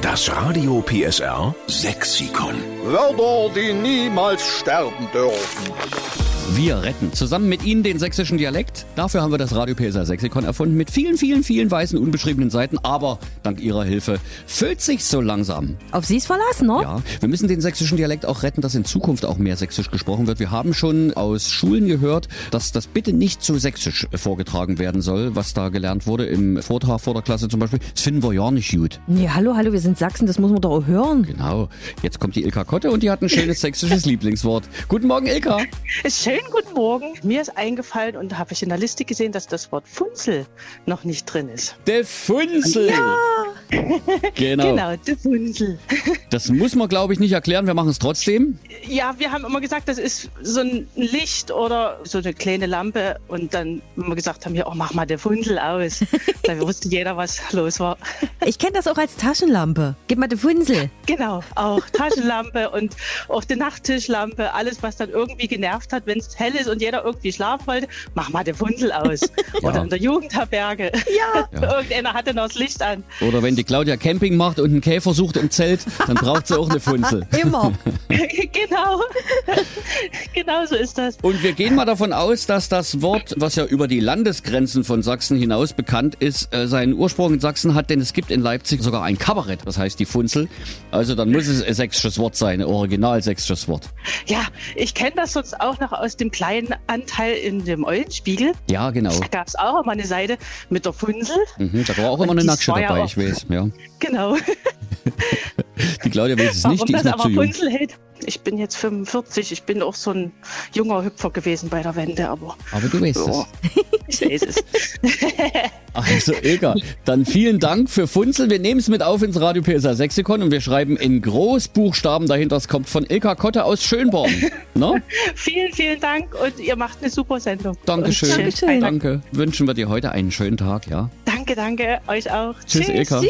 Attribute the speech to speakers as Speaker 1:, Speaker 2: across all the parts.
Speaker 1: Das Radio PSR Sexikon.
Speaker 2: Wörter, die niemals sterben dürfen.
Speaker 3: Wir retten zusammen mit Ihnen den sächsischen Dialekt. Dafür haben wir das Radio PSR Sexikon erfunden mit vielen, vielen, vielen weißen, unbeschriebenen Seiten. Aber dank Ihrer Hilfe füllt sich so langsam.
Speaker 4: Auf sie ist verlassen, ne?
Speaker 3: Ja, wir müssen den sächsischen Dialekt auch retten, dass in Zukunft auch mehr sächsisch gesprochen wird. Wir haben schon aus Schulen gehört, dass das bitte nicht zu sächsisch vorgetragen werden soll, was da gelernt wurde im Vortrag vor der Klasse zum Beispiel. Das finden wir ja nicht gut.
Speaker 4: Nee, hallo, hallo, wir sind Sachsen, das muss man doch auch hören.
Speaker 3: Genau. Jetzt kommt die Ilka Kotte und die hat ein schönes sächsisches Lieblingswort. Guten Morgen, Ilka.
Speaker 5: Schönen guten Morgen. Mir ist eingefallen und habe ich in der Liste gesehen, dass das Wort Funzel noch nicht drin ist.
Speaker 3: De Funzel. Genau.
Speaker 5: Genau, der Funzel.
Speaker 3: Das muss man, glaube ich, nicht erklären. Wir machen es trotzdem.
Speaker 5: Ja, wir haben immer gesagt, das ist so ein Licht oder so eine kleine Lampe und dann haben wir gesagt, haben wir, oh, mach mal der Funzel aus. da wusste jeder, was los war.
Speaker 4: Ich kenne das auch als Taschenlampe. Gib mal die Funsel.
Speaker 5: Genau, auch Taschenlampe und auch die Nachttischlampe, alles, was dann irgendwie genervt hat, wenn es hell ist und jeder irgendwie schlafen wollte, mach mal den Wundel aus. Oder in der Jugendherberge. Ja. Irgendeiner hatte noch das Licht an.
Speaker 3: Oder wenn die Claudia Camping macht und einen Käfer sucht im Zelt, dann braucht sie auch eine Funzel.
Speaker 4: Immer.
Speaker 5: genau. genau so ist das.
Speaker 3: Und wir gehen mal davon aus, dass das Wort, was ja über die Landesgrenzen von Sachsen hinaus bekannt ist, äh, seinen Ursprung in Sachsen hat, denn es gibt in Leipzig sogar ein Kabarett, das heißt die Funzel. Also dann muss es ein sächsisches Wort sein, ein original sächsisches Wort.
Speaker 5: Ja, ich kenne das sonst auch noch aus dem kleinen Anteil in dem Eulenspiegel.
Speaker 3: Ja, genau.
Speaker 5: Da gab es auch immer eine Seite mit der Funzel.
Speaker 3: Mhm, da war auch immer eine
Speaker 5: die
Speaker 3: Nacksche
Speaker 5: war ja
Speaker 3: dabei,
Speaker 5: auch-
Speaker 3: ich weiß. Ja.
Speaker 5: Genau.
Speaker 3: Die Claudia weiß es
Speaker 5: Warum
Speaker 3: nicht, die ist
Speaker 5: das
Speaker 3: noch
Speaker 5: aber
Speaker 3: zu jung.
Speaker 5: Funzel hält. Ich bin jetzt 45, ich bin auch so ein junger Hüpfer gewesen bei der Wende, aber
Speaker 3: Aber du weißt es.
Speaker 5: ja, ich weiß es.
Speaker 3: Also, Ilka, dann vielen Dank für Funzel. Wir nehmen es mit auf ins Radio PSA Sexikon und wir schreiben in Großbuchstaben dahinter, es kommt von Ilka Kotte aus Schönborn. Ne?
Speaker 5: vielen, vielen Dank und ihr macht eine super Sendung.
Speaker 3: Dankeschön.
Speaker 5: Und schönen
Speaker 4: Dankeschön.
Speaker 5: Freitag.
Speaker 3: Danke. Wünschen wir dir heute einen schönen Tag, ja?
Speaker 5: Danke, danke euch auch.
Speaker 3: Tschüss, Ilka.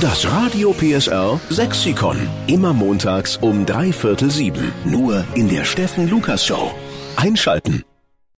Speaker 1: Das Radio PSR Sexikon. Immer montags um drei Viertel sieben. Nur in der Steffen Lukas Show. Einschalten.